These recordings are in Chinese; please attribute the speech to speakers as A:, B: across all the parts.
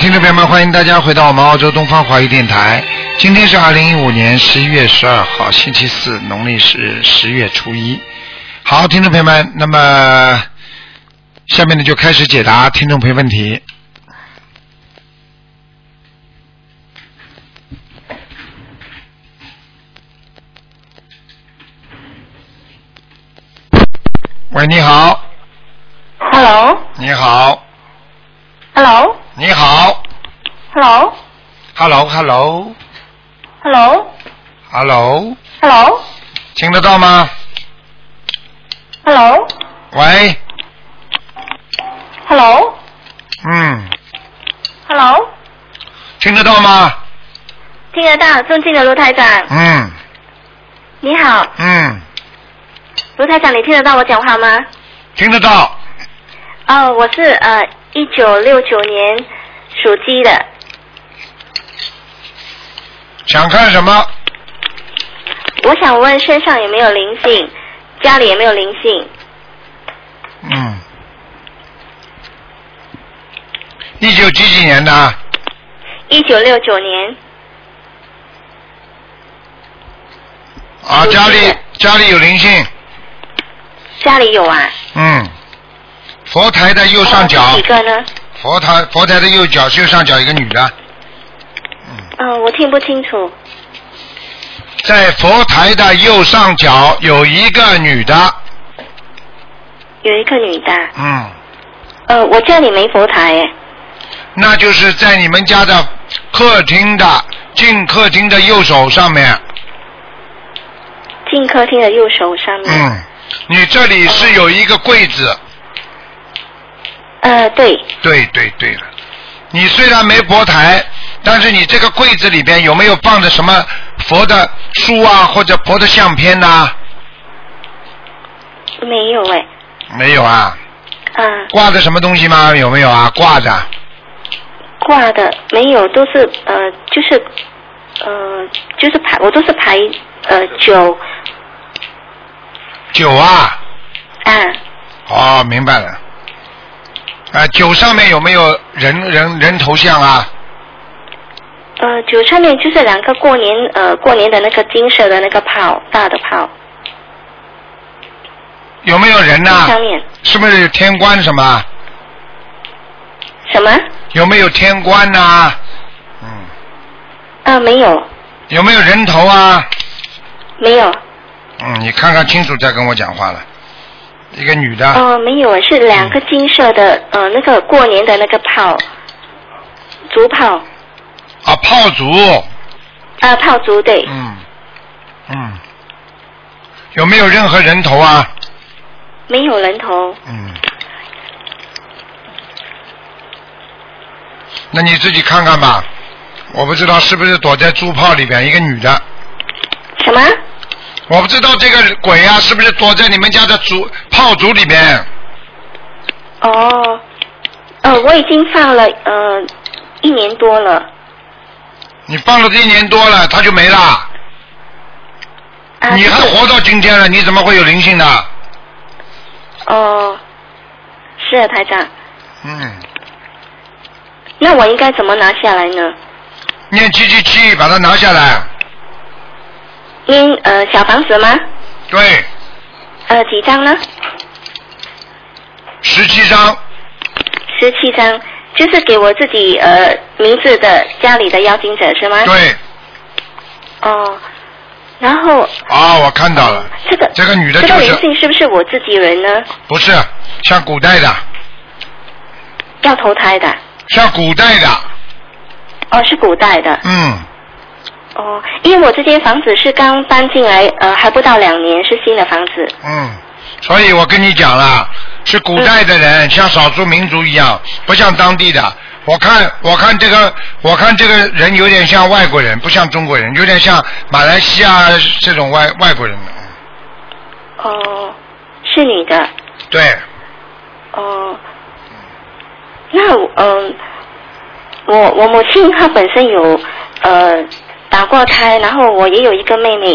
A: 听众朋友们，欢迎大家回到我们澳洲东方华语电台。今天是二零一五年十一月十二号，星期四，农历是十月初一。好，听众朋友们，那么下面呢就开始解答听众朋友问题。喂，你好，
B: Hello，Hello，Hello，
A: 你好，你好
B: Hello，
A: ，Hello，Hello，Hello，
B: Hello，Hello，
A: 听得到吗？
B: Hello，
A: 喂，
B: Hello，
A: 嗯，
B: Hello，
A: 听得到吗？
B: 听得到，尊敬的卢台长，
A: 嗯
B: 你好，
A: 嗯，
B: 卢台长，你听得到我讲话吗？
A: 听得到。
B: 哦，我是呃一九六九年属鸡的，
A: 想看什么？
B: 我想问身上有没有灵性，家里有没有灵性？
A: 嗯，一九几几年的？
B: 一九六九年，
A: 啊，
B: 对
A: 家里
B: 对
A: 家里有灵性。
B: 家里有啊，
A: 嗯，佛台的右上角
B: 哦，几个呢？
A: 佛台佛台的右角右上角一个女的，
B: 嗯、我听不清楚。
A: 在佛台的右上角有一个女的。
B: 有一个女的，
A: 嗯，
B: 呃，我家里没佛台耶，
A: 那就是在你们家的客厅的进客厅的右手上面。
B: 进客厅的右手上面。
A: 嗯，你这里是有一个柜子。
B: 呃，对，
A: 对对对了，你虽然没佛台，但是你这个柜子里边有没有放着什么佛的书啊，或者佛的相片呐、
B: 没有哎，
A: 没有啊，
B: 啊、
A: 挂着什么东西吗？有没有啊？挂着，
B: 挂的没有，都是呃，就是呃，就是排，我都是排呃九
A: 酒啊，
B: 啊，
A: 哦，明白了。啊，酒上面有没有人人人头像啊？
B: 呃九上面就是两个过年呃过年的那个金色的那个炮，大的炮，
A: 有没有人
B: 一
A: 呐、
B: 上面
A: 是不是有天官什么？
B: 什么？
A: 有没有天官呐、嗯，
B: 啊，没有，
A: 有没有人头啊？
B: 没有，
A: 嗯，你看看清楚再跟我讲话了。一个女的。
B: 呃，没有，是两个金色的呃那个过年的那个炮，竹炮，
A: 啊，炮竹，
B: 啊，炮竹对，
A: 嗯，嗯，有没有任何人头啊？
B: 没有人头，
A: 嗯，那你自己看看吧，我不知道是不是躲在猪炮里边一个女的，
B: 什么？
A: 我不知道这个鬼啊是不是躲在你们家的竹炮竹里边，
B: 哦，呃，我已经放了呃一年多了
A: 你放了一年多了，它就没了，
B: 啊。
A: 你还活到今天了，你怎么会有灵性呢？
B: 哦，是啊，台长，
A: 嗯，
B: 那我应该怎么拿下来呢？
A: 念七七七，把它拿下来，
B: 因呃小房子吗？
A: 对，
B: 呃几张呢？
A: 十七张，
B: 十七张，就是给我自己呃名字的家里的邀请者是吗？。
A: 对。
B: 哦，然后
A: 啊、我看到了，
B: 这个
A: 这个女的
B: 这
A: 就
B: 个
A: 是
B: 灵性是不是我自己人呢？
A: 不是像古代的，
B: 要投胎的？
A: 像古代的，
B: 哦，是古代的。
A: 嗯，
B: 哦，因为我这间房子是刚搬进来，呃，还不到两年，是新的房子。
A: 嗯，所以我跟你讲了，是古代的人，像少数民族一样，不像当地的。我看，我看这个，我看这个人有点像外国人，不像中国人，有点像马来西亚这种外外国人。嗯
B: 哦，是女的。
A: 对，
B: 哦，那我嗯、我我母亲她本身有呃打过胎，然后我也有一个妹妹，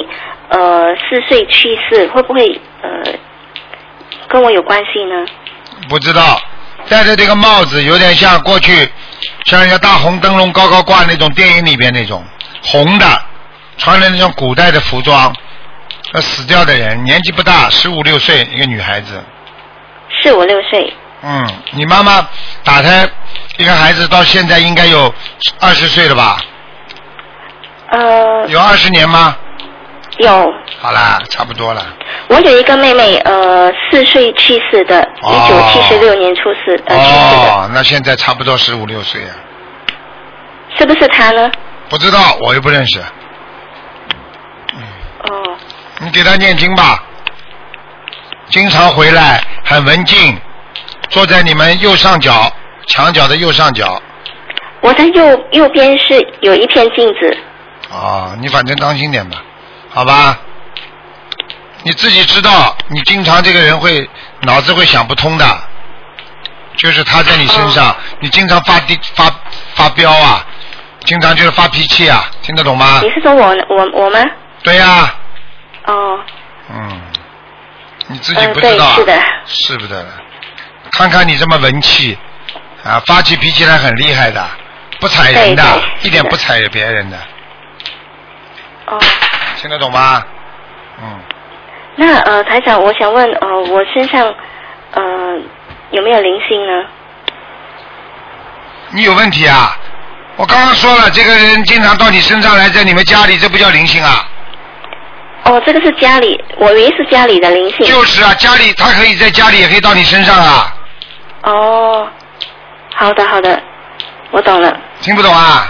B: 呃，四岁去世，会不会呃跟我有关系呢？
A: 不知道戴着这个帽子，有点像过去像人家大红灯笼高高挂那种电影里边那种红的，穿的那种古代的服装，那死掉的人年纪不大，十五六岁一个女孩子，
B: 四五六岁，
A: 嗯，你妈妈打胎一个孩子到现在应该有二十岁了吧？
B: 呃，
A: 有二十年吗？
B: 有。
A: 好啦，差不多了。
B: 我有一个妹妹，呃，四岁去世的，
A: 哦
B: 一九七十六年出世，呃，去世的，
A: 哦，那现在差不多十五六岁啊，
B: 是不是她呢？
A: 不知道我又不认识，
B: 哦，
A: 你给他念经吧，经常回来，很文静，坐在你们右上角墙角的右上角。
B: 我在右右边是有一片镜子，
A: 哦，你反正当心点吧，好吧？你自己知道，你经常这个人会脑子会想不通的，就是他在你身上，你经常发地发发飙啊，经常就是发脾气啊，听得懂吗
B: 你？是说我我我吗？
A: 对呀、
B: 哦，
A: 嗯，你自己
B: 嗯，
A: 不
B: 对
A: 知，道，啊
B: 是的，
A: 是不得了。看看你这么文气，啊，发起脾气来很厉害的，不踩人的，
B: 对对
A: 一点
B: 是的
A: 不踩别人的，
B: 哦。
A: 听得懂吗？嗯，
B: 那呃，台长，我想问呃，我身上呃有没有灵性呢？
A: 你有问题啊？我刚刚说了，这个人经常到你身上来，在你们家里，这不叫灵性啊。
B: 哦，这个是家里，我以为是家里的灵性。
A: 就是啊，家里他可以在家里，也可以到你身上啊，
B: 哦，好的好的，我懂了，
A: 听不懂啊？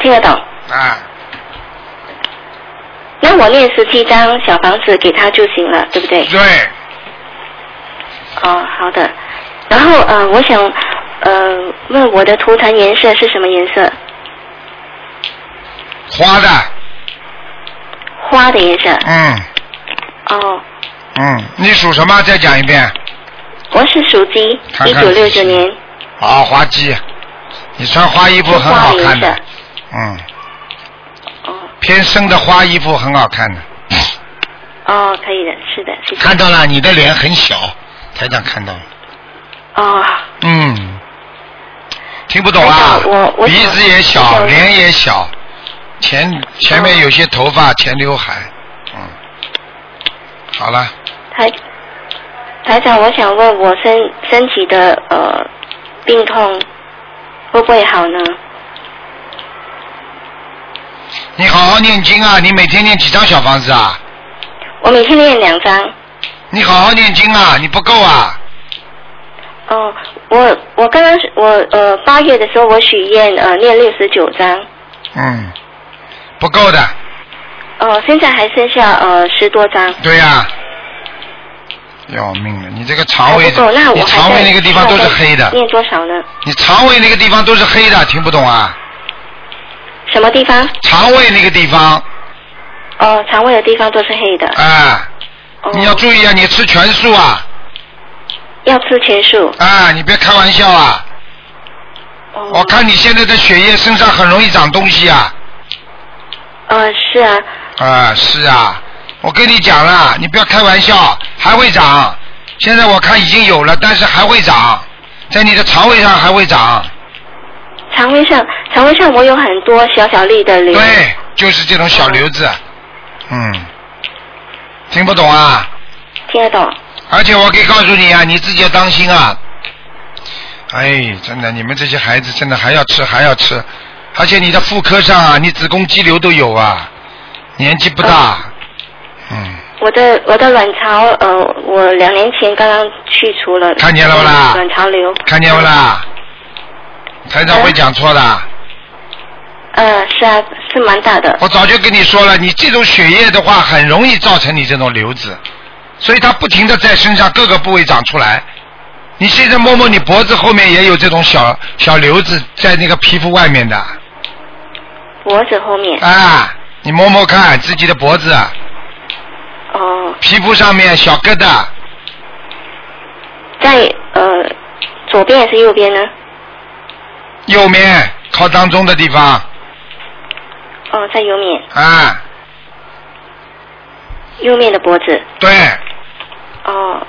B: 听得懂。
A: 啊，
B: 那我念十七张小房子给他就行了，对不对？
A: 对，
B: 哦，好的。然后呃，我想呃问我的图腾颜色是什么颜色？
A: 花的，
B: 花的颜色。
A: 嗯
B: 哦，
A: 嗯，你属什么？再讲一遍。
B: 我是属鸡，
A: 看
B: 一
A: 看
B: 九六九年，
A: 好，花季，你穿花衣服
B: 是
A: 很
B: 花
A: 好
B: 颜
A: 看
B: 色
A: 的。，嗯，
B: 哦
A: 偏深的花衣服很好看的。
B: 哦，可以的，是的，谢谢。
A: 看到了，你的脸很小，台长看到了。
B: 哦，
A: 嗯，听不懂啊
B: 台长我？我
A: 鼻子也
B: 我
A: 小，
B: 想
A: 脸也小，前前面有些头发，前刘海。嗯，好了，
B: 台台长，我想问我身身体的呃病痛会不会好呢？
A: 你好好念经啊！你每天念几张小房子啊？
B: 我每天练两张。
A: 你好好念经啊！你不够啊！
B: 哦，我我刚刚是我呃八月的时候我许愿呃念六十九张，
A: 嗯，不够的，
B: 哦现在还剩下呃十多张。
A: 对呀、要命了！你这个肠
B: 还
A: 胃
B: 哎不够，哦那，我嗯
A: 你
B: 还
A: 肠胃
B: 在
A: 那个地方都是黑
B: 还在
A: 的，
B: 念多少呢？
A: 你肠胃那个地方都是黑的，听不懂啊？
B: 什么地方？
A: 肠胃那个地方，
B: 哦，肠胃的地方都是黑的。
A: 啊，
B: 哦，
A: 你要注意啊，你吃全素啊，
B: 要吃全素。
A: 啊，你别开玩笑啊！
B: 哦。
A: 我看你现在的血液身上很容易长东西啊，
B: 呃，是啊，
A: 啊，是啊，我跟你讲了，你不要开玩笑，还会长。现在我看已经有了，但是还会长，在你的肠胃上还会长。
B: 肠胃上肠胃上我有很多小小粒的瘤。
A: 对，就是这种小瘤子。嗯，听不懂啊？
B: 听得懂。
A: 而且我可以告诉你啊，你自己要当心啊。哎，真的，你们这些孩子真的还要吃还要吃，而且你的妇科上啊，你子宫肌瘤都有啊，年纪不大，嗯，
B: 我的我的卵巢呃，我两年前刚刚去除了。
A: 看见了不啦
B: 卵巢瘤。
A: 看见不？啦？台长会讲错的，
B: 呃，是啊，是蛮大的。
A: 我早就跟你说了，你这种血液的话，很容易造成你这种瘤子，所以它不停的在身上各个部位长出来。你现在摸摸你脖子后面也有这种小小瘤子在那个皮肤外面的，
B: 脖子后面。
A: 啊，你摸摸看自己的脖子，
B: 哦，
A: 皮肤上面小疙瘩，
B: 在呃左边还是右边呢？
A: 右面靠当中的地方，
B: 哦，在右面，
A: 啊，
B: 右面的脖子。
A: 对，
B: 哦，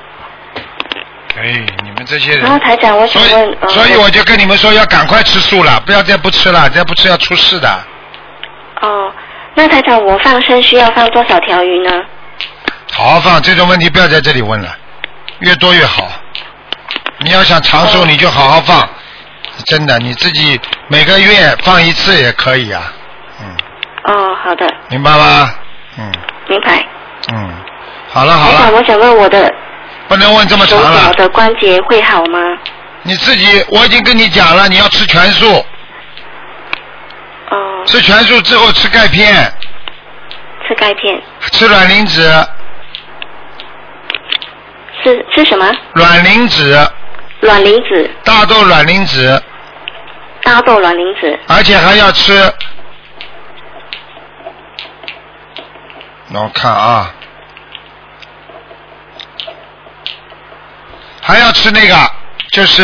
A: 哎哎，你们这些人。
B: 然后啊台长，我想
A: 所
B: 问，
A: 以，
B: 呃，
A: 所以我就跟你们说，要赶快吃素了，不要再不吃了，再不吃要出事的。
B: 哦，那台长，我放生需要放多少条鱼呢？
A: 好好放这种问题，不要在这里问了，越多越好。你要想长寿，
B: 哦
A: 你就好好放，真的，你自己每个月放一次也可以啊，嗯，
B: 哦，好的，
A: 明白吗？嗯
B: 明白。
A: 嗯，好了好
B: 台长，
A: 了，
B: 我想问我的
A: 不能问这么
B: 手
A: 长
B: 脚
A: 了，
B: 的关节会好吗？
A: 你自己我已经跟你讲了，你要吃全素，
B: 哦，
A: 吃全素之后吃钙片，
B: 吃钙片，
A: 吃卵磷脂，
B: 是是什么？
A: 卵磷脂，
B: 卵磷脂，
A: 大豆卵磷脂，
B: 大豆卵磷脂。
A: 而且还要吃。让我看啊，还要吃那个，就是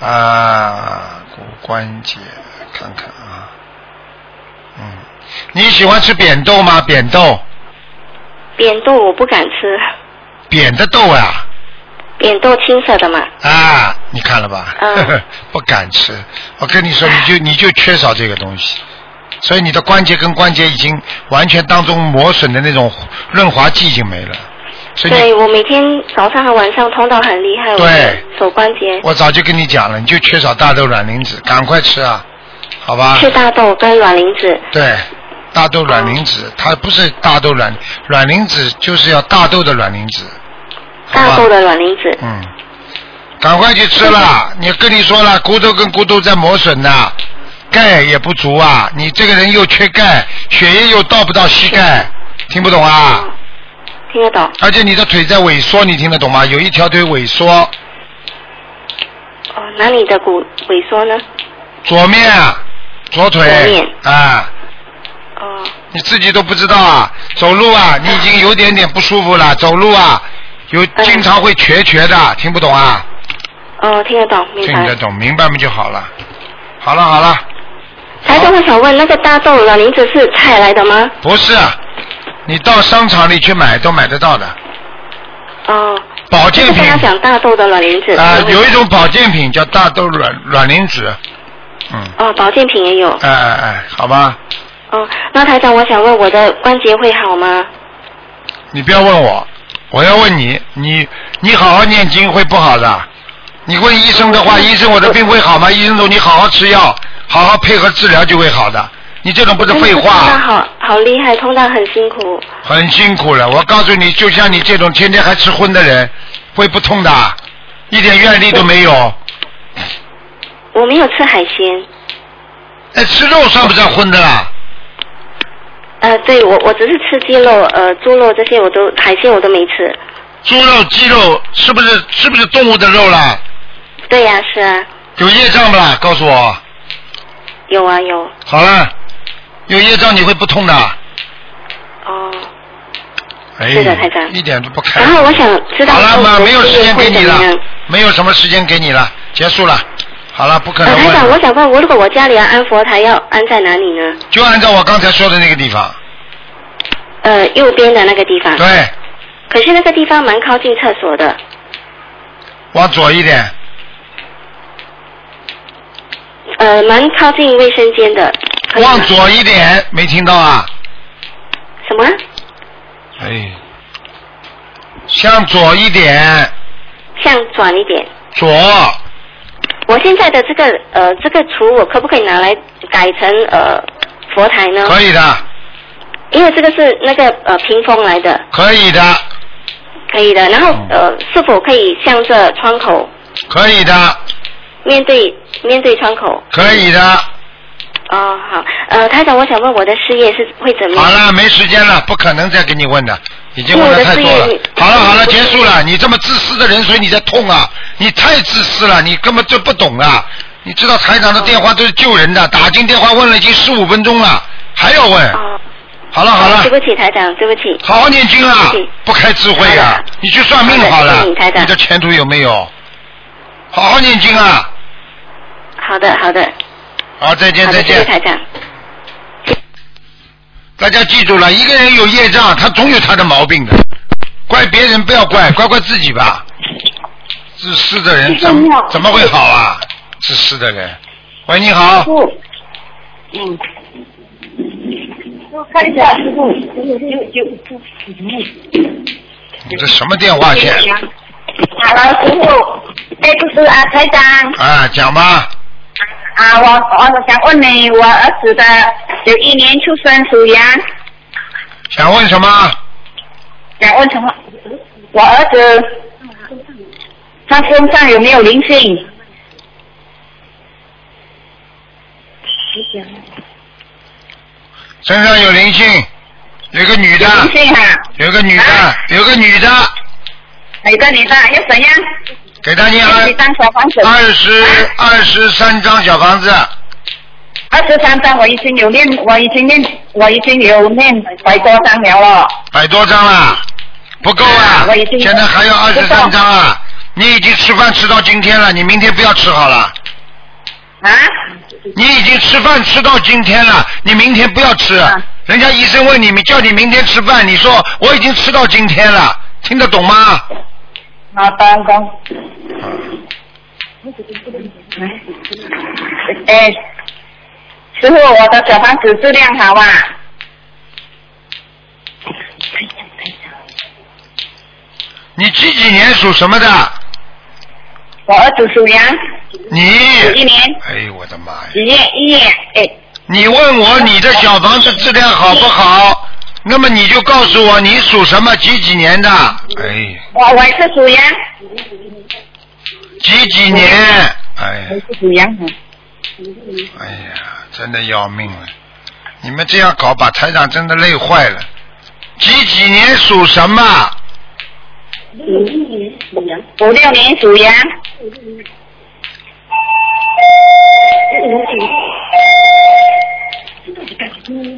A: 啊，骨关节，看看啊，嗯，你喜欢吃扁豆吗？扁豆，
B: 扁豆我不敢吃，
A: 扁的豆呀、
B: 扁豆青色的嘛。
A: 啊，你看了吧？
B: 嗯
A: 不敢吃，我跟你说，你就你就缺少这个东西，所以你的关节跟关节已经完全当中磨损的那种润滑剂已经没了，所以你
B: 对，我每天早上和晚上痛到很厉害，我的
A: 对
B: 手关节。
A: 我早就跟你讲了，你就缺少大豆卵磷脂，赶快吃啊，好吧？
B: 吃大豆跟卵磷脂。
A: 对，大豆卵磷脂，它不是大豆卵卵磷脂，就是要大豆的卵磷脂，好啊吧
B: 大豆的卵磷脂。
A: 嗯，赶快去吃啦！你跟你说了，骨头跟骨头在磨损呐，钙也不足啊。你这个人又缺钙，血液又到不到膝盖，听不懂啊？
B: 哦听得懂。
A: 而且你的腿在萎缩，你听得懂吗？有一条腿萎缩，
B: 哦，哪里的骨萎缩呢？
A: 左面，啊左
B: 左
A: 腿
B: 面
A: 啊，
B: 哦，
A: 你自己都不知道啊。走路啊，你已经有点点不舒服了，走路啊，有
B: 嗯
A: 经常会瘸瘸的，听不懂啊？
B: 哦，听得懂，明
A: 听
B: 白
A: 得。懂，明白吗？就好了。好了好了，
B: 台长，我想问，那个大豆卵磷脂是菜来的吗？
A: 不是，啊你到商场里去买都买得到的。
B: 哦。
A: 保健
B: 就是
A: 品
B: 跟他
A: 啊、
B: 讲大豆的卵磷脂。哦
A: 有一种保健品叫大豆卵卵磷脂，嗯，
B: 哦，保健品也有。
A: 哎哎哎，好吧，
B: 哦，那台长，我想问我的关节会好吗？
A: 你不要问我，我要问你，你你好好念经会不好的。你问医生的话，医生我的病会好吗？医生说你好好吃药，好好配合治疗就会好的。你这种不是
B: 真的
A: 废
B: 是痛到
A: 话，
B: 哎好好厉害，痛到很辛苦。
A: 很辛苦了。我告诉你，就像你这种天天还吃荤的人，会不痛的，一点愿力都没有。
B: 我没有吃海鲜。
A: 哎，吃肉算不算荤的啦？
B: 呃，对我我只是吃鸡肉，呃，猪肉这些我都海鲜我都没吃。
A: 猪肉、鸡肉是不是是不是动物的肉啦？
B: 对呀、是啊，
A: 有业障不啦？告诉我。
B: 有啊有。
A: 好了，有业障你会不痛的。
B: 哦。
A: 哎，
B: 是的台长
A: 一点都不开
B: 然
A: 心。
B: 后我想知道
A: 好了
B: 我
A: 嘛，
B: 的
A: 没有时间给你
B: 会怎么
A: 了
B: 样，
A: 没有什么时间给你了，结束了。好了，不可
B: 呃，
A: 能
B: 台长，我
A: 问。
B: 想问，我如果我家里要安佛台，要安在哪里呢？
A: 就按照我刚才说的那个地方，
B: 啊呃，右边的那个地方。
A: 对，
B: 可是那个地方蛮靠近厕所的。
A: 往左一点，
B: 呃，蛮靠近卫生间的。可以吗
A: 往左一点，没听到啊？
B: 什么？
A: 哎，向左一点，
B: 向转一点。
A: 左，
B: 我现在的这个呃这个橱，我可不可以拿来改成呃佛台呢？
A: 可以的，
B: 因为这个是那个呃屏风来的，
A: 可以的，
B: 可以的。然后
A: 嗯
B: 呃，是否可以向着窗口，
A: 可以的，
B: 面对面对窗口？
A: 可以的。
B: 哦，好。呃，台长，我想问我的事业是会怎么样？
A: 好了，没时间了，不可能再跟你问的，已经问的太多
B: 嗯因为我的
A: 了
B: 事业。嗯
A: 好了好了，结束了。你这么自私的人，所以你在痛啊！你太自私了，你根本就不懂啊！你知道台长的电话都是救人
B: 嗯
A: 的，打进电话问了已经十五分钟了，还要问。
B: 哦，
A: 好了好了
B: 对，不起，台长，对不起。
A: 好好念经啊
B: 对不起，
A: 不开智慧
B: 好
A: 啊
B: 的！
A: 你去算命好
B: 好
A: 了
B: 的谢谢你台，长
A: 你的前途有没有？好好念经啊！
B: 好的，好的，
A: 好，再见
B: 好
A: 再
B: 的，谢谢
A: 见。
B: 台长。
A: 大家记住了，一个人有业障，他总有他的毛病的，怪别人不要怪，怪怪自己吧。自私的人
C: 师
A: 怎
C: 傅你好
A: 怎么会好啊？自私的人。喂，你好，
C: 傅，嗯，我看一下师傅，九九九，
A: 你这什么电话线？
C: Hello，师傅，这个是啊台长
A: 啊，讲吧。
C: 啊，我我想问你，我儿子的九一年出生属羊，
A: 想问什么？
C: 想问什么？我儿子他身上有没有灵性？
A: 身上有灵性，有个女的，
C: 灵性啊，
A: 有个女的
C: 啊，
A: 有个女的，
C: 哪个女的？要怎样？哎
A: 给他念
C: 要几
A: 二
C: 张小房子？
A: 二十二十三张小房子，
C: 二十三张我已经有念，我已经念，我已经有念百多张了了。
A: 百多张了，不够啊
C: 啊我已！经
A: 现在还有二十三张啊！你已经吃饭吃到今天了，你明天不要吃好了。
C: 啊？
A: 你已经吃饭吃到今天了，你明天不要吃
C: 啊。
A: 人家医生问你，叫你明天吃饭，你说我已经吃到今天了，听得懂吗？
C: 好的，公。哎，师傅，我的小房子质量好啊。
A: 你几几年属什么的？
C: 我儿子属羊，
A: 你
C: 九一年
A: 哎呦我的妈呀！
C: 几月一月？哎，
A: 你问我你的小房子质量好不好？那么你就告诉我你属什么几几年的？哎，
C: 我我也是属羊，
A: 几几年？哎呀
C: 我是属羊的。
A: 哎呀，真的要命了！你们这样搞，把台长真的累坏了。几几年属什么？
C: 五六年属羊。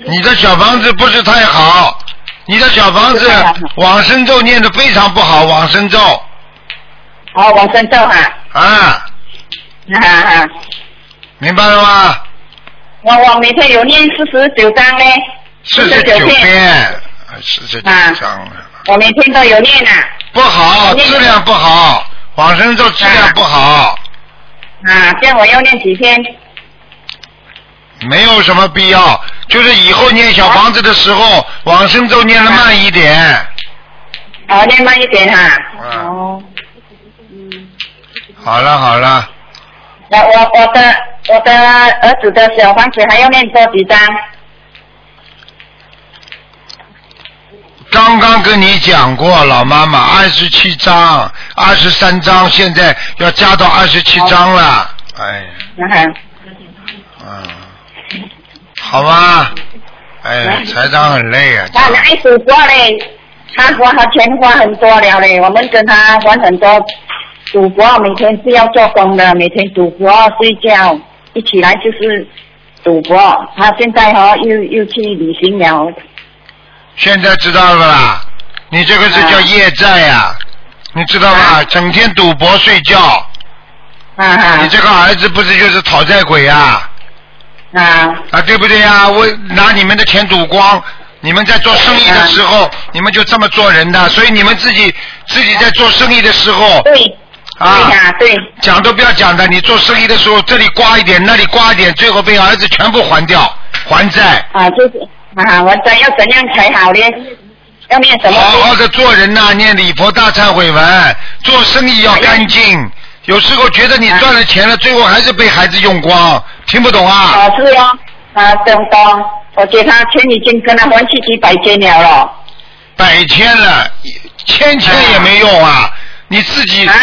A: 你的小房子不是太好，你的小房子
C: 不是太好
A: 往生咒念的非常不好，往生咒
C: 哦，往生咒啊，
A: 啊，
C: 哈、哈、
A: 明白了吗？
C: 我我每天有念四十九章呢，
A: 四十九
C: 49
A: 遍，四十九
C: 啊
A: 章了。
C: 我每天都有念啊，
A: 不好，质量不好，往生咒质量不好，
C: 啊，这样我要念几天？
A: 没有什么必要。就是以后念小房子的时候，往生咒念的慢一点，
C: 哦，念慢一点哈、
A: 啊
C: 哦，
A: 好了好了，
C: 那我我的我的儿子的小房子还要念多几张？
A: 刚刚跟你讲过，老妈妈二十七章，二十三章，现在要加到二十七章了。哎呀，
C: 啊哈，
A: 嗯，好吧，哎呀，财长很累啊。
C: 那那一首歌嘞，他花他钱花很多了嘞，我们跟他玩很多赌博，每天是要做工的，每天赌博睡觉，一起来就是赌博。他现在哦又又去旅行了，
A: 现在知道了啦，你这个是叫业债呀、你知道吧？
C: 啊
A: 整天赌博睡觉，
C: 啊
A: 你
C: 哈
A: 这个儿子不是就是讨债鬼呀、啊？
C: 啊
A: 对不对呀、我拿你们的钱赌光，你们在做生意的时候，你们就这么做人的，所以你们自己自己在做生意的时候
C: 对。
A: 啊
C: 对，呀、对，
A: 讲都不要讲的，你做生意的时候这里刮一点，那里刮一点，最后被儿子全部还掉，还债。
C: 啊，就是啊，我怎要怎样才好呢？要念什么
A: 好
C: 经？
A: 好的做人呐、念礼佛大忏悔文，做生意要干净。有时候觉得你赚了钱了，最后还是被孩子用光，听不懂啊？
C: 啊，是哦，啊，等等，我给他钱已经跟他还去几百千了咯。
A: 百千了，千千也没用啊！你自己
C: 啊，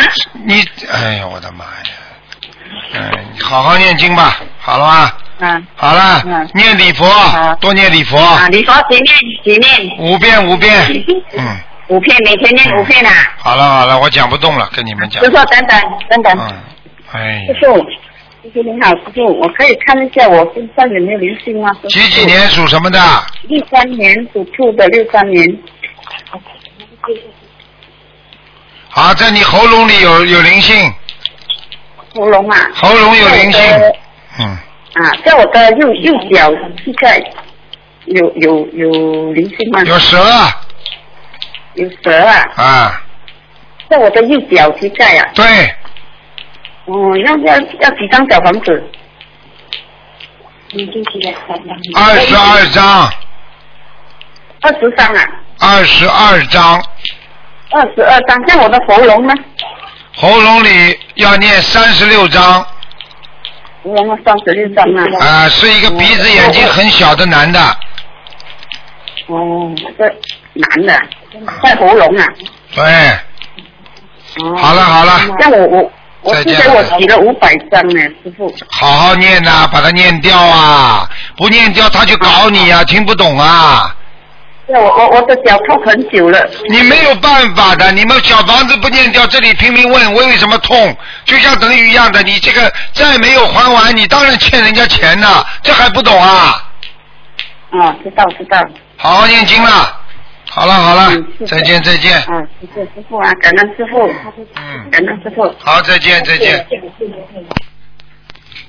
A: 你，哎呀，我的妈呀！哎，你好好念经吧，好了吗？
C: 啊
A: 好了
C: 嗯，
A: 念礼佛
C: 好，
A: 多念礼佛，
C: 啊，你说几念几念？
A: 五遍五 遍，嗯，
C: 五片，每天念五片啊。
A: 好了好了，我讲不动了，跟你们讲
C: 师，傅，等等等等，
A: 嗯，哎呀，
C: 师傅，师傅您好，师傅，我可以看一下我身上有没有灵性吗？师傅
A: 几几？年属什么的？
C: 六三年属兔的，六三年。
A: 好，在你喉咙里有有灵性，
C: 喉咙啊，
A: 喉咙有灵性
C: 在我的，
A: 嗯，
C: 啊，在我的右右脚膝盖有有有灵性吗？
A: 有蛇
C: 有蛇啊，
A: 啊，
C: 在在我的右脚膝盖啊。
A: 对，
C: 哦，要要要几张小房子？你进去
A: 二十二张，
C: 二十张啊，
A: 二十二张，
C: 二十二张。像我的喉咙呢？
A: 喉咙里要念三十六张，
C: 我们三十六张啊。
A: 啊、是一个鼻子眼睛很小的男的，
C: 哦，这男的，在喉咙啊。
A: 对，嗯
C: 哦
A: 哎好了好了
C: 像我我我
A: 再
C: 记
A: 见
C: 得我洗了五百张呢，师傅。
A: 好好念呐、把它念掉啊，不念掉他就搞你啊，听不懂啊，
C: 对，我我我的脚痛很久了。
A: 你没有办法的，你们小房子不念掉，这里拼命问为什么痛，就像等于一样的，你这个债没有还完，你当然欠人家钱呐、这还不懂啊？
C: 啊，知道知道。
A: 好好念经啦，好了好了
C: 嗯，是的
A: 再见再见，
C: 啊，谢谢师傅啊，感恩师傅，
A: 嗯，
C: 感恩师傅。
A: 好再见再见。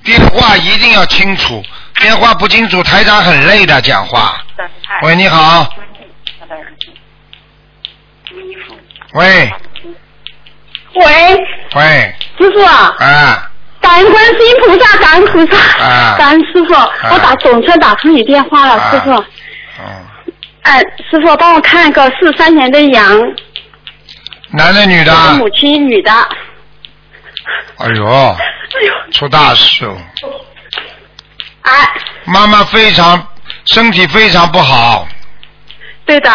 A: 电话一定要清楚，电话不清楚，台长很累的讲话。
D: 嗯哎
A: 喂，你好。喂
D: 喂，
A: 喂，
D: 师傅啊，
A: 啊，
D: 感恩观世音菩萨，感恩菩萨，
A: 啊
D: 感恩师傅，我打总算打通你电话了，
A: 啊
D: 师傅。
A: 嗯，
D: 哎，师傅帮我看一个四三年的羊，
A: 男的女的？
D: 我母亲女的。
A: 哎呦，
D: 哎呦，
A: 出大事了！
D: 哎，
A: 妈妈非常身体非常不好，
D: 对的，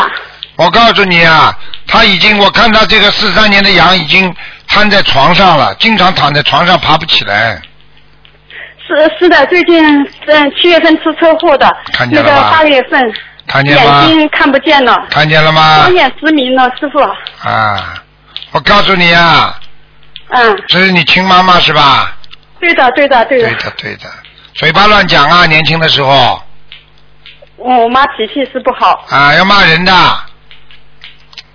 A: 我告诉你啊，她已经我看她这个四三年的羊已经瘫在床上了，经常躺在床上爬不起来。
D: 是是的，最近嗯七月份出车祸的，
A: 看见
D: 那
A: 了
D: 个
A: 吧
D: 八月份
A: 看见啊
D: 眼
A: 吗？
D: 睛看不见了，
A: 看见了吗
D: 双？眼失明了，师傅。
A: 啊，我告诉你啊，
D: 嗯，
A: 这是你亲妈妈是吧？
D: 对的，对的，对的
A: 对。的，对的，嘴巴乱讲啊，年轻的时候
D: 我妈脾气是不好，
A: 啊，要骂人的，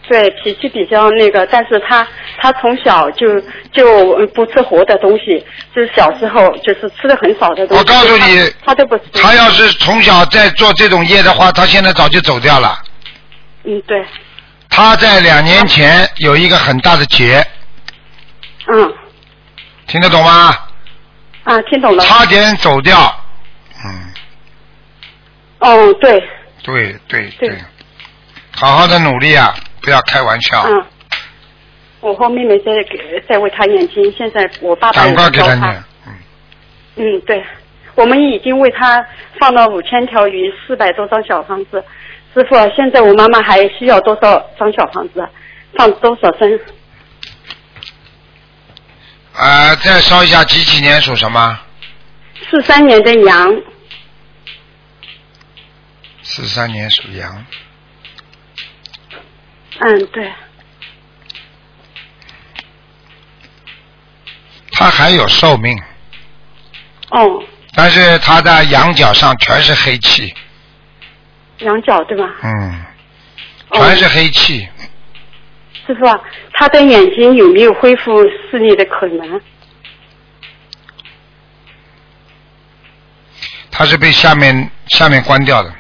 D: 对，脾气比较那个，但是他他从小就就呃不吃活的东西，就是小时候就是吃的很少的东西。
A: 我告诉你
D: 他他都不吃。
A: 他要是从小再做这种业的话，他现在早就走掉了。
D: 嗯，对，
A: 他在两年前有一个很大的劫，
D: 嗯
A: 听得懂吗？
D: 啊，听懂了。
A: 差点走掉。嗯，
D: 哦，对，
A: 对对
D: 对
A: 对，好好的努力啊，不要开玩笑，
D: 嗯。我和妹妹在给在为他念经，现在我爸爸
A: 赶
D: 也
A: 快
D: 在
A: 给
D: 教
A: 他念。嗯，
D: 嗯，对，我们已经为他放了五千条鱼，四百多张小房子。师傅，现在我妈妈还需要多少张小房子啊？放多少张？
A: 啊、再烧一下，几几年属什么？
D: 四三年的羊，
A: 四三年属羊。
D: 嗯，对，
A: 他还有寿命，
D: 哦，
A: 但是他的羊角上全是黑气，
D: 羊角对吧？
A: 嗯，
D: 哦
A: 全是黑气，
D: 师傅啊，他的眼睛有没有恢复视力的可能？
A: 他是被下面下面关掉的，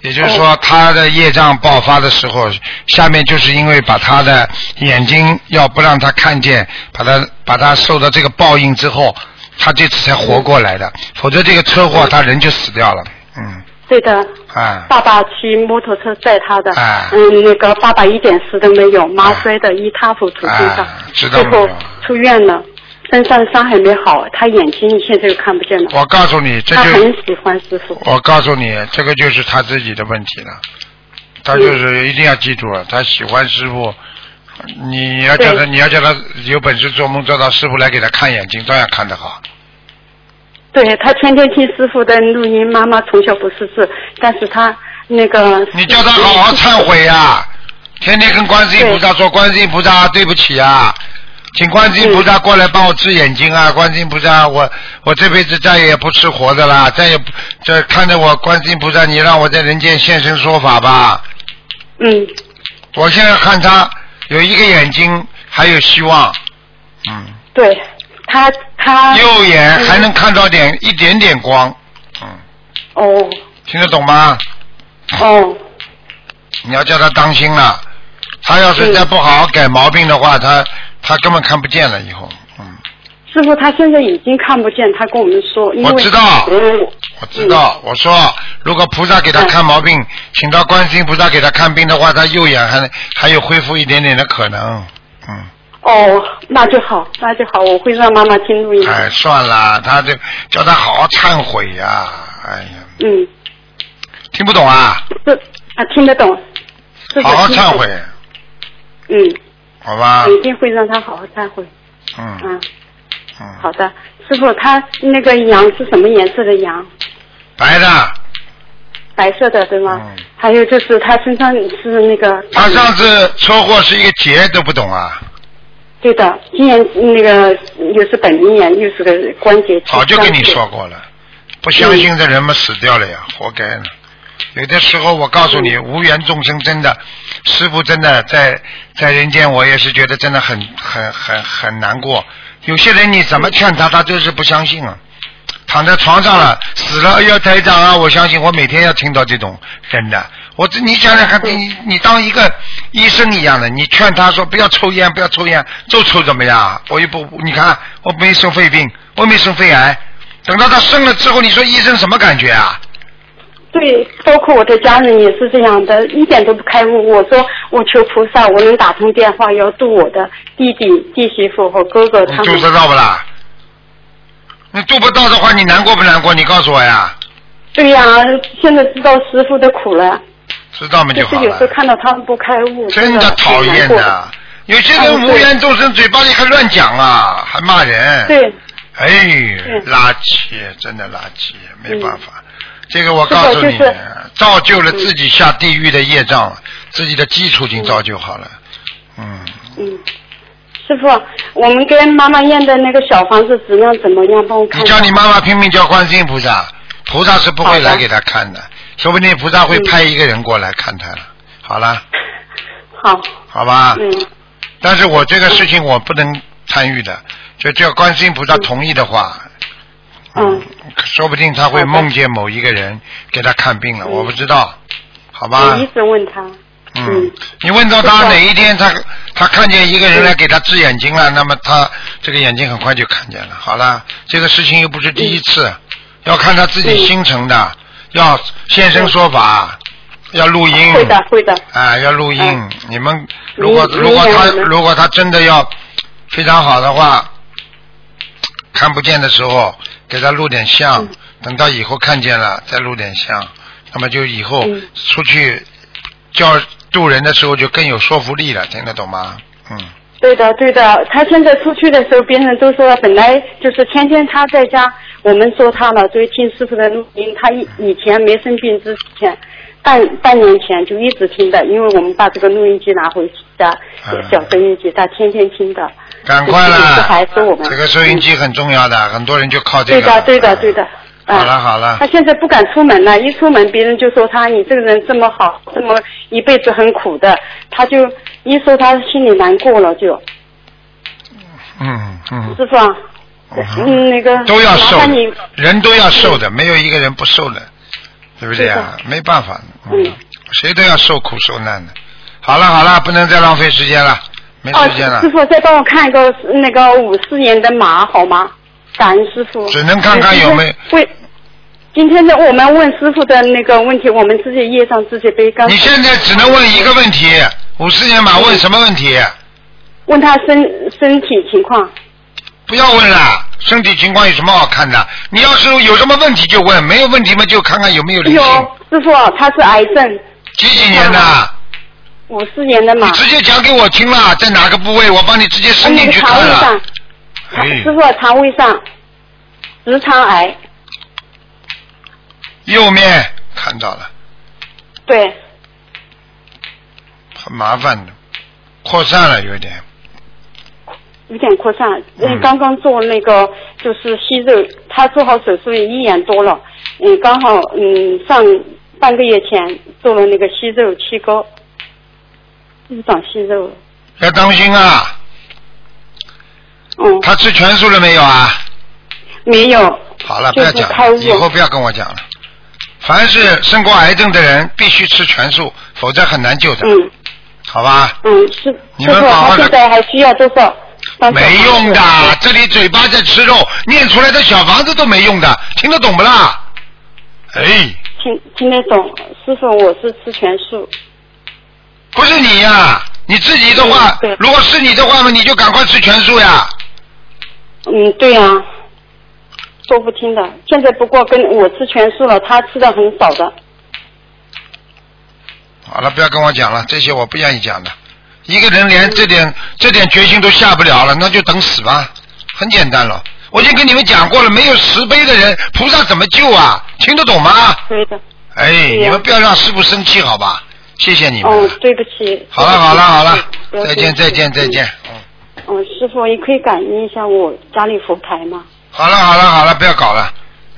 A: 也就是说他的业障爆发的时候，下面就是因为把他的眼睛要不让他看见，把他把他受到这个报应之后，他这次才活过来的，否则这个车祸他人就死掉了，嗯，
D: 对的，
A: 啊，
D: 爸爸骑摩托车载他的，
A: 啊
D: 嗯，那个爸爸一点事都没有，妈摔得一塌糊涂，身上，
A: 啊知道
D: 最后
A: 了
D: 出院了，身上伤还没好，他眼睛现在又看不见了。
A: 我告诉你，这
D: 他
A: 就
D: 很喜欢师傅，
A: 我告诉你，这个就是他自己的问题了。他就是一定要记住了，他喜欢师傅，你要叫他，
D: 对
A: 你要叫他有本事做梦做到师傅来给他看眼睛，照样看得好。
D: 对他天天听师傅的录音，妈妈从小不识字，但是他那个
A: 你叫他好好忏悔呀、天天跟观世音菩萨说，观世音菩萨对不起呀、请观世音菩萨过来帮我治眼睛啊！观世音菩萨，我我这辈子再也不吃活的啦，再也不这看着我观世音菩萨，你让我在人间现身说法吧。
D: 嗯，
A: 我现在看他有一个眼睛还有希望，嗯，
D: 对他他
A: 右眼
D: 嗯
A: 还能看到点一点点光，嗯，
D: 哦
A: 听得懂吗？
D: 哦
A: 你要叫他当心了，他要是再不好好改毛病的
D: 嗯
A: 话，他他根本看不见了以后。嗯，
D: 师傅他现在已经看不见，他跟我们说，因为
A: 我知道
D: 嗯
A: 我知道。我说，如果菩萨给他看毛病，请到观世音菩萨给他看病的话，他右眼还还有恢复一点点的可能。嗯。
D: 哦，那就好，那就好，我会让妈妈听录音。
A: 哎，算了，他就叫他好好忏悔呀、哎呀，
D: 嗯，
A: 听不懂啊，
D: 这啊听得懂。这个
A: 好好
D: 听得
A: 忏
D: 懂
A: 悔，，
D: 嗯，
A: 好吧
D: 我？一定会让他好好忏悔。
A: 嗯
D: 嗯，
A: 嗯，
D: 好的，师傅，他那个羊是什么颜色的羊？
A: 白的，
D: 白色的对吗？
A: 嗯
D: 还有就是他身上是那个。
A: 他上次车祸是一个劫都不懂啊，
D: 对的，今年那个又是本命年，又是个关节。
A: 早就跟你说。过了，不相信的人们死掉了呀，活该呢。有的时候我告诉你，无缘众生真的，师傅真的在在人间，我也是觉得真的很很很很难过。有些人你怎么劝他，他就是不相信啊。躺在床上了，死了，哎呀，台长啊，我相信我每天要听到这种人的。我这你想想看，你你当一个医生一样的，你劝他说不要抽烟，不要抽烟，就抽怎么样？啊我又不，你看我没生肺病，我没生肺癌。等到他生了之后，你说医生什么感觉啊？
D: 对，包括我的家人也是这样的，一点都不开悟。我说我求菩萨，我能打通电话，要度我的弟弟、弟媳妇和哥哥
A: 你
D: 他
A: 做
D: 们。
A: 得到不啦？你做不到的话，你难过不难过？你告诉我呀，
D: 对呀、现在知道师傅的苦了，
A: 知道吗
D: 就
A: 就是好
D: 有时候
A: 了。
D: 看到他们不开悟，
A: 真
D: 的
A: 的讨
D: 挺难
A: 厌
D: 过。
A: 的，有些人无缘众生，嘴巴里还乱讲啊，还骂人。。
D: 对，
A: 哎，垃圾，真的垃圾，没办法。这个我
D: 是的
A: 告诉你
D: 嗯就是，
A: 造就了自己下地狱的业障了，自己的基础已经造就好了。嗯，
D: 嗯。师傅，我们跟妈妈验的那个小房子质量怎么样？帮我看
A: 你
D: 一
A: 叫
D: 下。
A: 你妈妈拼命叫观世音菩萨，菩萨是不会来
D: 好的
A: 给她看的，说不定菩萨会派一个人过来看她了。好了，
D: 好，
A: 好吧。
D: 嗯，
A: 但是我这个事情我不能参与的，就叫观世音菩萨同意的话，
D: 嗯，
A: 说不定他会
D: 好的
A: 梦见某一个人给他看病了，
D: 嗯
A: 我不知道，好吧
D: 我？一直问他。
A: 嗯
D: 嗯，
A: 你问到
D: 知
A: 他
D: 道
A: 哪一天他他看见一个人来给他治眼睛
D: 嗯
A: 了，那么他这个眼睛很快就看见了。好了，这个事情又不是第一次，
D: 嗯
A: 要看他自己心诚的，要现身说法，要录音。
D: 嗯会的，会的。
A: 啊，要录音。
D: 嗯
A: 你们如果
D: 明
A: 如果
D: 明年
A: 他
D: 我们
A: 如果他真的要非常好的话，看不见的时候给他录点像，
D: 嗯
A: 等到以后看见了再录点像，那么就以后
D: 嗯
A: 出去叫渡人的时候就更有说服力了，听得懂吗？嗯，
D: 对的，对的，他现在出去的时候，别人都说本来就是天天他在家，我们说他了，所以听师傅的录音。他以以前没生病之前，半半年前就一直听的，因为我们把这个录音机拿回家，
A: 嗯
D: 小收音机，他天天听
A: 啊
D: 的。
A: 赶快
D: 就是这
A: 啦
D: 还是我！们
A: 这个收音机很重要的，很多人就靠这
D: 对
A: 个
D: 的
A: 了。，
D: 对的，对的。啊
A: 好了好了
D: 他现在不敢出门了，一出门别人就说他你这个人这么好，这么一辈子很苦的，他就一说他心里难过了就。
A: 嗯嗯。
D: 师傅啊，嗯，那个
A: 都要
D: 麻
A: 瘦
D: 烦你嗯
A: 的，人都要瘦的，没有一个人不瘦的，对不对啊？没办法，
D: 嗯，
A: 谁都要受苦受难的。好了好了，不能再浪费时间了，没
D: 哦
A: 哎时间，了
D: 师，傅再帮我看一个那个五四年的马好吗？感恩师傅。
A: 只能看看有没有
D: 嗯今天为今天的我们问师傅的那个问题，我们自己业障自己背。刚
A: 你现在只能问一个问题，五四年马问什么问题？
D: 问他身身体情况。
A: 不要问了，身体情况有什么好看的？你要是有什么问题就问，没有问题嘛就看看有没有灵
D: 有
A: 性。
D: 哎师傅，他是癌症，
A: 几几年的？
D: 五四年的
A: 你
D: 马。
A: 直接讲给我听了，在哪个部位？我帮你直接伸
D: 那
A: 进
D: 个
A: 去
D: 肠
A: 看
D: 胃
A: 了
D: 上。，
A: 哎
D: 师，傅肠胃上，直肠癌，
A: 右面看到了。
D: 对，
A: 很麻烦的，扩散了有点。
D: 有点扩散。
A: 嗯
D: 嗯，刚刚做那个就是息肉，他做好手术一年多了。嗯，刚好嗯上半个月前做了那个息肉切割，就是长息肉了。
A: 要当心啊！
D: 嗯，
A: 他吃全素了没有啊？
D: 没有。
A: 好了，不
D: 就
A: 要
D: 是
A: 讲
D: 开
A: 了，
D: 悟
A: 以后不要跟我讲了。凡是生过癌症的人，必须吃全素，否则很难救的。
D: 嗯，
A: 好吧？
D: 嗯，是
A: 你
D: 师
A: 们
D: 傅，
A: 好好
D: 他
A: 地
D: 现在还需要多少？帮助
A: 没用的
D: 他是，
A: 这里嘴巴在吃肉，念出来的小房子都没用的，听得懂不啦？哎，
D: 听听得懂，师傅，我是吃全素。
A: 不是你呀、你自己的话
D: 嗯对，
A: 如果是你的话嘛，你就赶快吃全素呀。
D: 嗯，对呀、说不听的。现在不过跟我吃全素了，他吃的很少的。
A: 好了，不要跟我讲了，这些我不愿意讲的。一个人
D: 嗯
A: 连这点这点决心都下不了了，那就等死吧，很简单了。我已经跟你们讲过了，没有慈悲的人，菩萨怎么救啊？听得懂吗？
D: 对的。
A: 哎，
D: 呀
A: 你们不要让师傅生气，好吧？谢谢你们
D: 啊哦
A: 了。，
D: 对不起。
A: 好了好了好了
D: 不要，
A: 再
D: 生
A: 见
D: 气
A: 再见再见。嗯，
D: 嗯，师傅，你可以感应一下我家里佛牌吗？
A: 好了好了好了，不要搞了。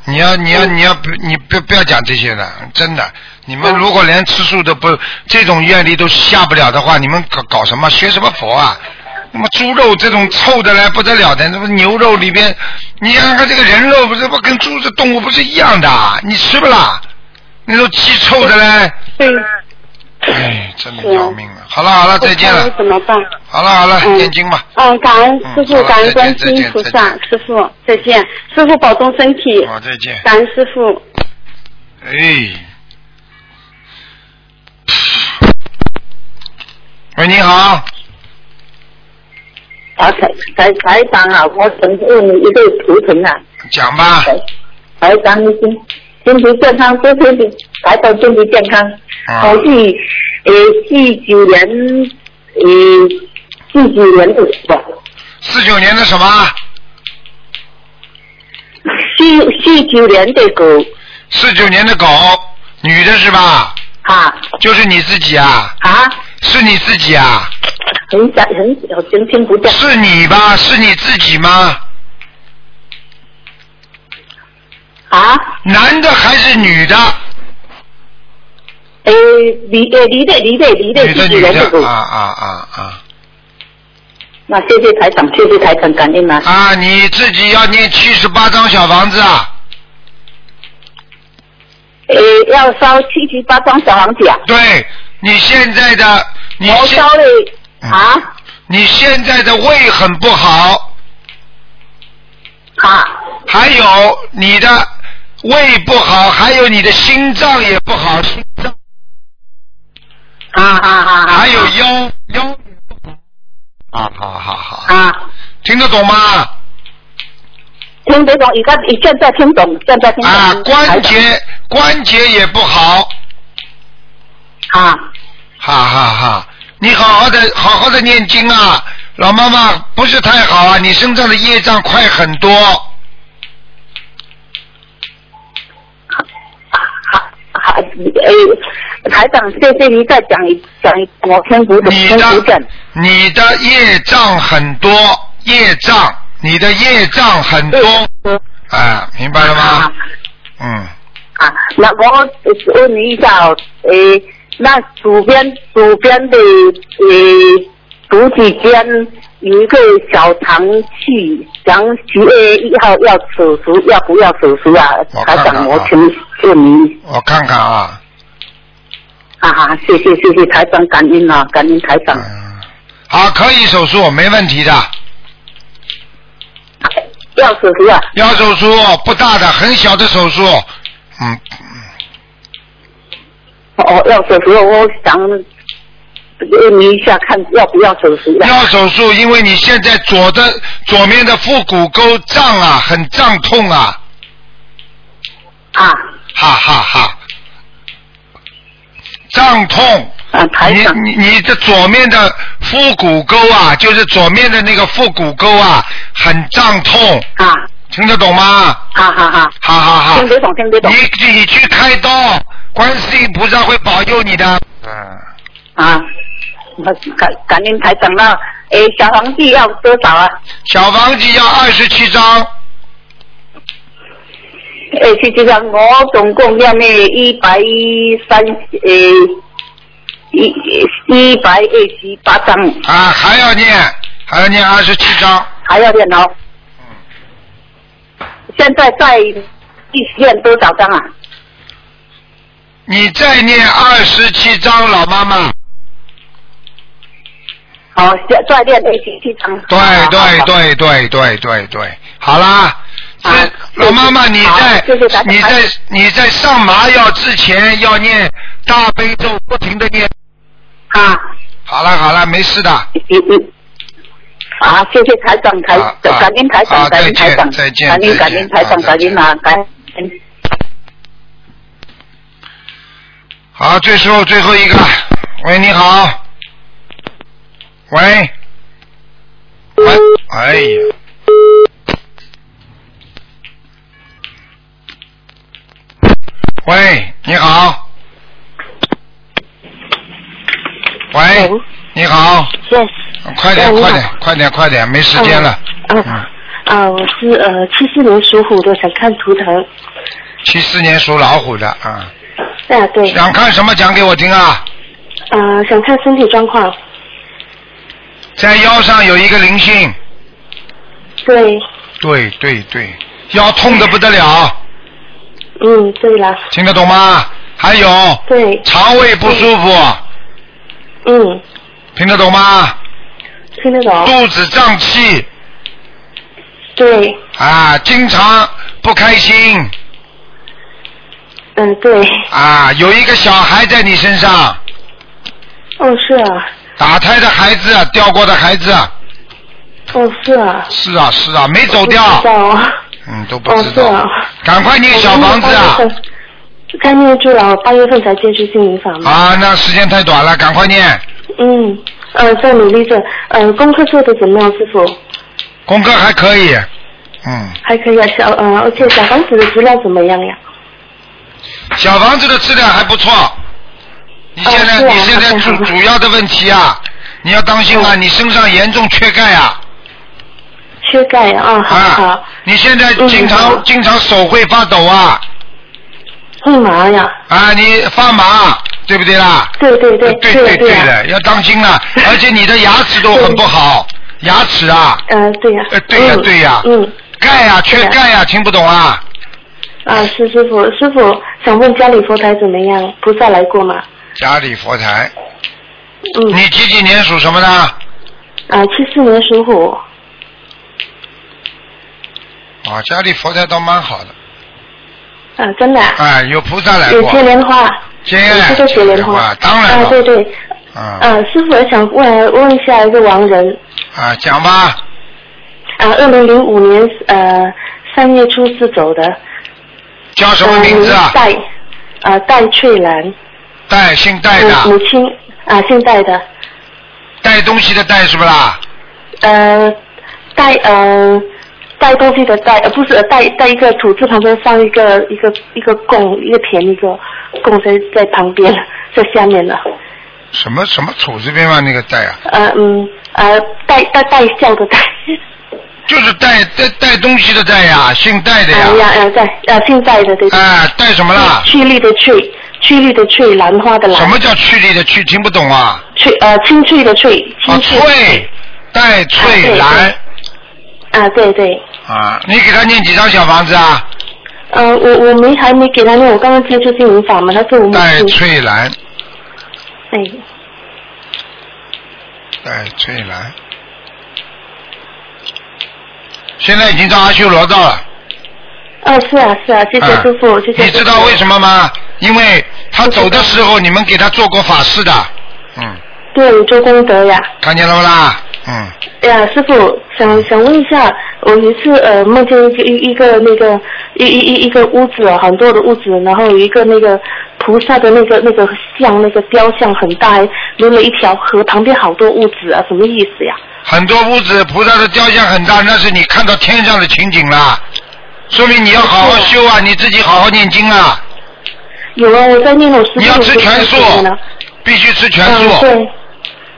A: 你要
D: 嗯
A: 你要你要不你不不要讲这些了，真的。你们
D: 嗯
A: 如果连吃素都不这种愿力都下不了的话，你们搞搞什么学什么佛啊？那么猪肉这种臭的来不得了的，那么牛肉里边，你想想看这个人肉不是不跟猪这动物不是一样的啊？你吃不啦？那种鸡臭的嘞，
D: 对，
A: 哎，真的
D: 对
A: 要命了。好了好了，再见
D: 嗯啊我
A: 了
D: 看我。怎么办？
A: 好了好了，
D: 嗯
A: 念经吧。
D: 嗯，感恩
A: 嗯
D: 师
A: 好
D: 傅，感
A: 再见
D: 恩观世
A: 再
D: 音
A: 见
D: 菩
A: 再
D: 萨，师傅再见，师傅保重身体，
A: 好，再见。
D: 感恩师傅。
A: 哎，喂，你好，
C: 啊，台台台长啊，我想问一个图腾啊，
A: 讲吧。
C: 台台长身身体健康，祝身体台长身体健康。
A: 啊
C: 我是呃四九年呃四九年的吧，
A: 四九年的什么？
C: 四四九年的狗
A: 四九年的狗，女的是吧？
C: 啊
A: 就是你自己啊？
C: 啊，
A: 是你自己啊？
C: 很想很很听不见，
A: 是你吧？是你自己吗？
C: 啊，
A: 男的还是女的？
C: 呃离呃离的离的离的
A: 女的，
C: 四九
A: 女
C: 年的狗
A: 的，啊啊啊啊！
C: 那谢谢台长，谢谢台长，感恩啊，
A: 啊，你自己要念七十八张小房子啊？
C: 呃要烧七七八张小黄纸啊，
A: 对，你现在的你
C: 我
A: 现
C: 烧了
A: 嗯
C: 啊
A: 你现在的胃很不好。
C: 啊。
A: 还有你的胃不好，还有你的心脏也不好，心脏
C: 啊啊啊！啊
A: 还有腰腰也不好。啊，好好好，
C: 啊，
A: 听得懂吗？啊
C: 听得懂，你看你现在听懂，现在听懂。
A: 啊，关节关节也不好，
C: 啊
A: 哈哈哈！你好好的好好的念经啊，老妈妈不是太好啊，你身上的业障快很多。
C: 啊啊！哎，台长，谢谢你再讲一讲一，我听不懂，
A: 你
C: 听
A: 的
C: 不见。
A: 你的业障很多，业障，你的业障很多，啊，明白了吗
C: 啊？
A: 嗯，
C: 啊，那我问你一下哦，诶，那左边左边的呃诶肚脐间有一个小肠气，想十月一号要手术，要不要手术啊
A: 我？看
C: 台
A: 看啊
C: 长，我请问你
A: 我看看啊，
C: 啊啊，谢谢谢谢台长，感恩啊，感恩台长。
A: 嗯，好，可以手术，没问题的。
C: 要手术啊？
A: 要手术不大的，很小的手术，嗯，
C: 哦，要手术，我想呃问你一下，看要不要手术啊？
A: 要手术，因为你现在左的左面的腹股沟胀啊，很胀痛啊，
C: 啊
A: 哈哈哈，胀痛。
C: 啊，台
A: 你
C: 长
A: 你你这左面的腹股沟啊，就是左面的那个腹股沟啊，很胀痛，
C: 啊，
A: 听得懂吗？
C: 哈哈哈，
A: 哈哈哈！
C: 听得懂听得懂
A: 啊你你去开刀，观世音菩萨会保佑你的。嗯，
C: 啊，感感恩台长那，诶，小黄弟要多少啊？
A: 小房子要二十七张，
C: 诶，实际上我总共要那一百三诶一一百二十八张，
A: 啊，还要念，还要念二十七张。
C: 还要练哦。
A: 嗯
C: 现在在一练多少张啊？
A: 你再念二十七张，老妈妈。
E: 哦，要锻炼那些地方。
A: 对
E: 好
A: 对。
E: 好好
A: 对对对对对，好啦。
E: 啊
A: 是老妈妈，你
E: 好
A: 在
E: 谢谢大家
A: 你在你在上麻药之前要念大悲咒，不停的念。
E: 啊，
A: 好了好了，没事的。
E: 你你。啊，谢谢台长，台
A: 啊啊
E: 感恩台
A: 啊
E: 长，感恩台长，
A: 再见
E: 感
A: 再见
E: 恩感恩台长，
A: 再
E: 感
A: 见
E: 恩啊，感恩。
A: 好，最后最后一个，喂，你好，喂，喂，哎呀，喂，你好，喂，你好，
F: Yes，
A: 快点
F: 喂
A: 快
F: 你好
A: 点快点快点，没时间了，
F: 嗯
A: 嗯，
F: 啊，我是呃七四年属虎的，想看图腾。
A: 七四年属老虎的啊，
F: 啊，对，
A: 想看什么讲给我听啊，
F: 呃，想看身体状况。
A: 在腰上有一个灵性。
F: 对，
A: 对对对，腰痛的不得了，
F: 嗯，对啦，
A: 听得懂吗？还有
F: 对，
A: 肠胃不舒服，
F: 嗯，
A: 听得懂吗？
F: 听得懂。
A: 肚子胀气
F: 对，
A: 啊，经常不开心
F: 嗯，对，
A: 啊，有一个小孩在你身上，
F: 哦，是啊，
A: 打胎的孩子，啊掉过的孩子，啊
F: 哦，是啊，
A: 是啊是啊，没走
F: 我不知
A: 掉，
F: 道哦，
A: 嗯，都不
F: 哦，
A: 知
F: 是啊
A: 道，，赶快念小房子啊
F: 我！八月份。该念住了，我八月份才接触心灵法嘛。
A: 啊，那时间太短了，赶快念，
F: 嗯，呃，在努力着，呃，功课做的怎么样，师傅？
A: 功课还可以，嗯。
F: 还可以啊，小呃，而且小房子的质量怎么样呀？
A: 小房子的质量还不错。你现在、
F: 哦是嗯啊
A: 你现在
F: 好的
A: 主
F: 好的
A: 主要的问题啊，你要当心啊，你身上严重缺钙啊
F: 缺钙啊，好
A: 啊
F: 好，！
A: 你现在
F: 嗯
A: 经常、
F: 好
A: 经常手会发抖啊
F: 会麻呀，
A: 啊，你发麻，啊对不对啦？
F: 对对对
A: 呃对
F: 对
A: 对
F: 呀
A: 的，要当心 了，而且你的牙齿都很不好，牙齿啊，
F: 呃，对呀、
A: 呃对呀
F: 嗯
A: 对呀
F: 嗯，
A: 钙啊，缺
F: 对呀
A: 钙啊，听不懂啊？
F: 啊，是师傅，师傅想问家里佛台怎么样？菩萨来过吗？
A: 家里佛台，
F: 嗯，
A: 你几几年属什么的？
F: 啊，七四年属虎，
A: 啊，家里佛台倒蛮好的，
F: 啊，真的啊、
A: 哎，有菩萨来
F: 有
A: 过，
F: 接莲花，
A: 接
F: 有这个接莲花，
A: 当然
F: 啊，对
A: 了，
F: 对，
A: 嗯。
F: 啊，师傅我想问问一下一个亡人，
A: 啊，讲吧，
F: 啊，二零零五年呃三月初四走的，
A: 叫什么名字啊
F: 呃？戴，啊，戴翠兰，嗯
A: 戴，姓戴
F: 母母
A: 的，
F: 亲啊，姓戴的。
A: 带东西的带是不啦？
F: 呃，带呃带东西的带，呃不是呃带带一个土字旁边放一个一个一个供，一个田一个供在在旁边在下面了。
A: 什么什么土字边嘛那个带啊，
F: 呃嗯呃带带带笑的带，
A: 就是带带带东西的带呀，姓戴的
F: 哎呀
A: 呀。
F: 呃在呃姓戴的对。
A: 哎，带什么啦？
F: 翠绿的翠，翠绿的翠，兰花的
A: 什
F: 兰
A: 么，叫去力的去？听不懂啊？
F: 翠呃青翠的翠，
A: 啊，
F: 青翠的
A: 翠，戴翠兰
F: 啊对对，
A: 啊，你给他念几张小房子啊？
F: 呃我我没还没给他念，我刚刚接触心灵法嘛，他是我母
A: 戴
F: 亲，
A: 翠兰，
F: 哎
A: 戴翠兰，现在已经到阿修罗道了。
F: 哦是啊是啊，谢谢
A: 啊
F: 师傅，谢谢
A: 你
F: 师
A: 知道
F: 傅
A: 为什么吗？因为他走的时候，你们给他做过法事的。嗯，
F: 对，做功德呀。
A: 看见了不啦？嗯，
F: 哎呀，师傅，想想问一下，我有一次呃梦见一个一一个那个一一一一个屋子啊，很多的屋子，然后有一个那个菩萨的那个那个像那个雕像很大，还连了一条河，旁边好多屋子啊，什么意思呀？
A: 很多屋子菩萨的雕像很大，那是你看到天上的情景啦，说明你要好好修
F: 嗯
A: 啊，你自己好好念经啊，
F: 有啊，我在念我师傅
A: 你要吃全素
F: 呢。
A: 必须吃全
F: 嗯，
A: 素。
F: 对，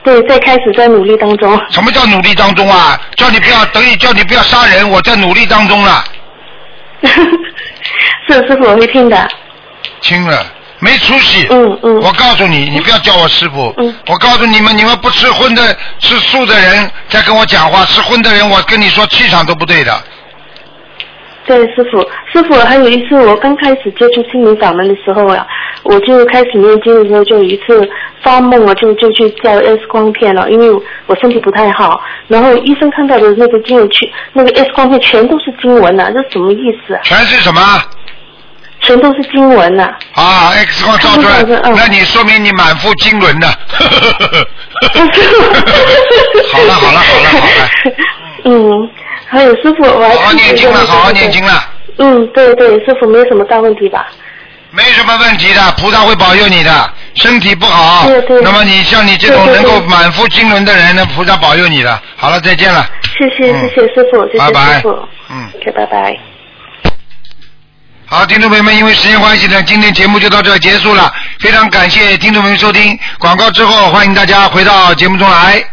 F: 对，在开始在努力当中。
A: 什么叫努力当中啊？叫你不要，等于叫你不要杀人，我在努力当中了，
F: 是师傅，我会听的。
A: 听了没出息。
F: 嗯嗯。
A: 我告诉你，你不要叫我师傅。
F: 嗯
A: 我告诉你们，你们不吃荤的、吃素的人在跟我讲话，吃荤的人，我跟你说气场都不对的。
F: 对，师傅，师傅，还有一次我刚开始接触心灵法门的时候啊，我就开始念经的时候，就有一次发梦啊，就就去照 X 光片了，因为我身体不太好，然后医生看到的那个经文全，那个 X 光片全都是经文呐、这什么意思啊？
A: 全是什么
F: 全都是经 文呐、
A: 啊？X 光照出来
F: 看不到的，嗯
A: 那你说明你满腹经纶 的。好了好了好了 好了，
F: 嗯，还有师傅，我还
A: 好好
F: 记
A: 念
F: 得
A: 经 了，
F: 那个
A: 好好念经。了，
F: 嗯，对对，师傅没有什么大问题吧？
A: 没什么问题的，菩萨会保佑你的。身体不好
F: 对，对
A: 那么你像你这种
F: 对
A: 能
F: 对对
A: 够满腹经纶的人，那菩萨保佑你的。好了，再见了，
F: 谢谢、
A: 嗯
F: 谢谢师傅，谢谢
A: 拜拜
F: 师傅。
A: 嗯。
F: OK，拜拜。
A: 好，听众朋友们，因为时间关系呢，今天节目就到这儿结束了。非常感谢听众朋友收听广告之后，欢迎大家回到节目中来。